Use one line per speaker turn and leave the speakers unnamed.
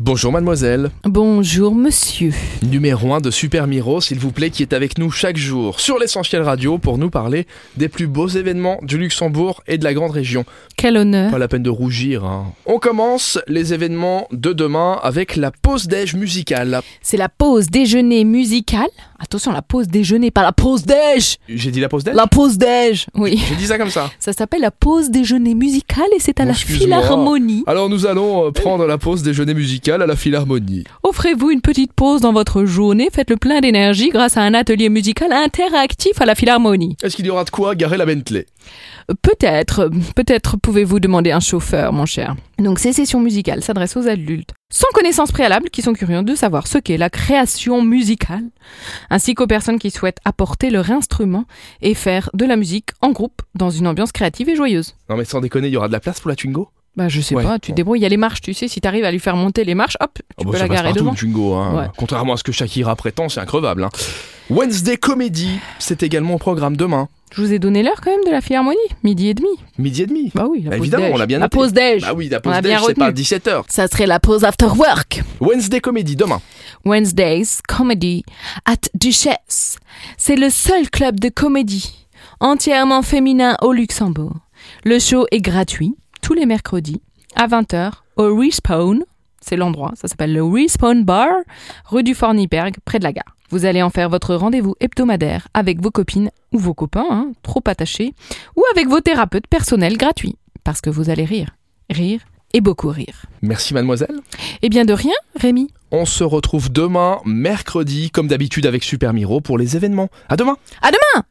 Bonjour mademoiselle,
Bonjour monsieur.
numéro 1 de Super Miro s'il vous plaît qui est avec nous chaque jour sur l'essentiel radio pour nous parler des plus beaux événements du Luxembourg et de la grande région.
Quel honneur.
Pas la peine de rougir. hein. On commence les événements de demain avec la pause déj musicale.
C'est la pause déjeuner musicale. Attention, la pause déjeuner, pas la pause déj.
J'ai dit la pause déj
La pause déj. Oui.
J'ai dit ça comme ça.
Ça s'appelle la pause déjeuner musicale et c'est à
Bon,
la
excuse-moi.
Philharmonie.
Alors nous allons euh, prendre la pause déjeuner musicale à la Philharmonie.
Offrez-vous une petite pause dans votre journée. Faites le plein d'énergie grâce à un atelier musical interactif à la Philharmonie.
Est-ce qu'il y aura de quoi garer la Bentley
Euh, Peut-être, euh, peut-être pouvez-vous demander un chauffeur, mon cher. Donc ces sessions musicales s'adressent aux adultes sans connaissance préalable qui sont curieux de savoir ce qu'est la création musicale, ainsi qu'aux personnes qui souhaitent apporter leur instrument et faire de la musique en groupe dans une ambiance créative et joyeuse.
Non mais sans déconner, il y aura de la place pour la Twingo
Bah je sais
Ouais,
pas, tu
ouais.
te débrouilles, il y a les marches, tu sais, si t'arrives à lui faire monter les marches, hop, tu
Ah bah,
peux
ça
la
passe
garer
partout,
devant.
le Twingo, hein.
Ouais.
Contrairement à ce que Shakira prétend, c'est increvable. hein. Wednesday Comedy, c'est également au programme demain,
Je vous ai donné l'heure quand même de la Philharmonie, midi et demi.
midi et demi.
Bah oui, la
Bah,
pause
évidemment,
déj.
on l'a bien
La
noté.
pause déj.
Ah oui, la
On
pause
a bien
déj, c'est
retenu.
pas 17h.
Ça serait la pause after work.
Wednesday Comedy demain.
Wednesdays Comedy at Duchesse. C'est le seul club de comédie entièrement féminin au Luxembourg. Le show est gratuit tous les mercredis à 20h au Respawn. C'est l'endroit, ça s'appelle le Respawn Bar, rue du Forniberg, près de la gare. Vous allez en faire votre rendez-vous hebdomadaire avec vos copines ou vos copains, hein, trop attachés, ou avec vos thérapeutes personnels gratuits, parce que vous allez rire, rire et beaucoup rire.
Merci mademoiselle.
Eh bien de rien, Rémi.
On se retrouve demain, mercredi, comme d'habitude avec Super Miro pour les événements. À demain
À demain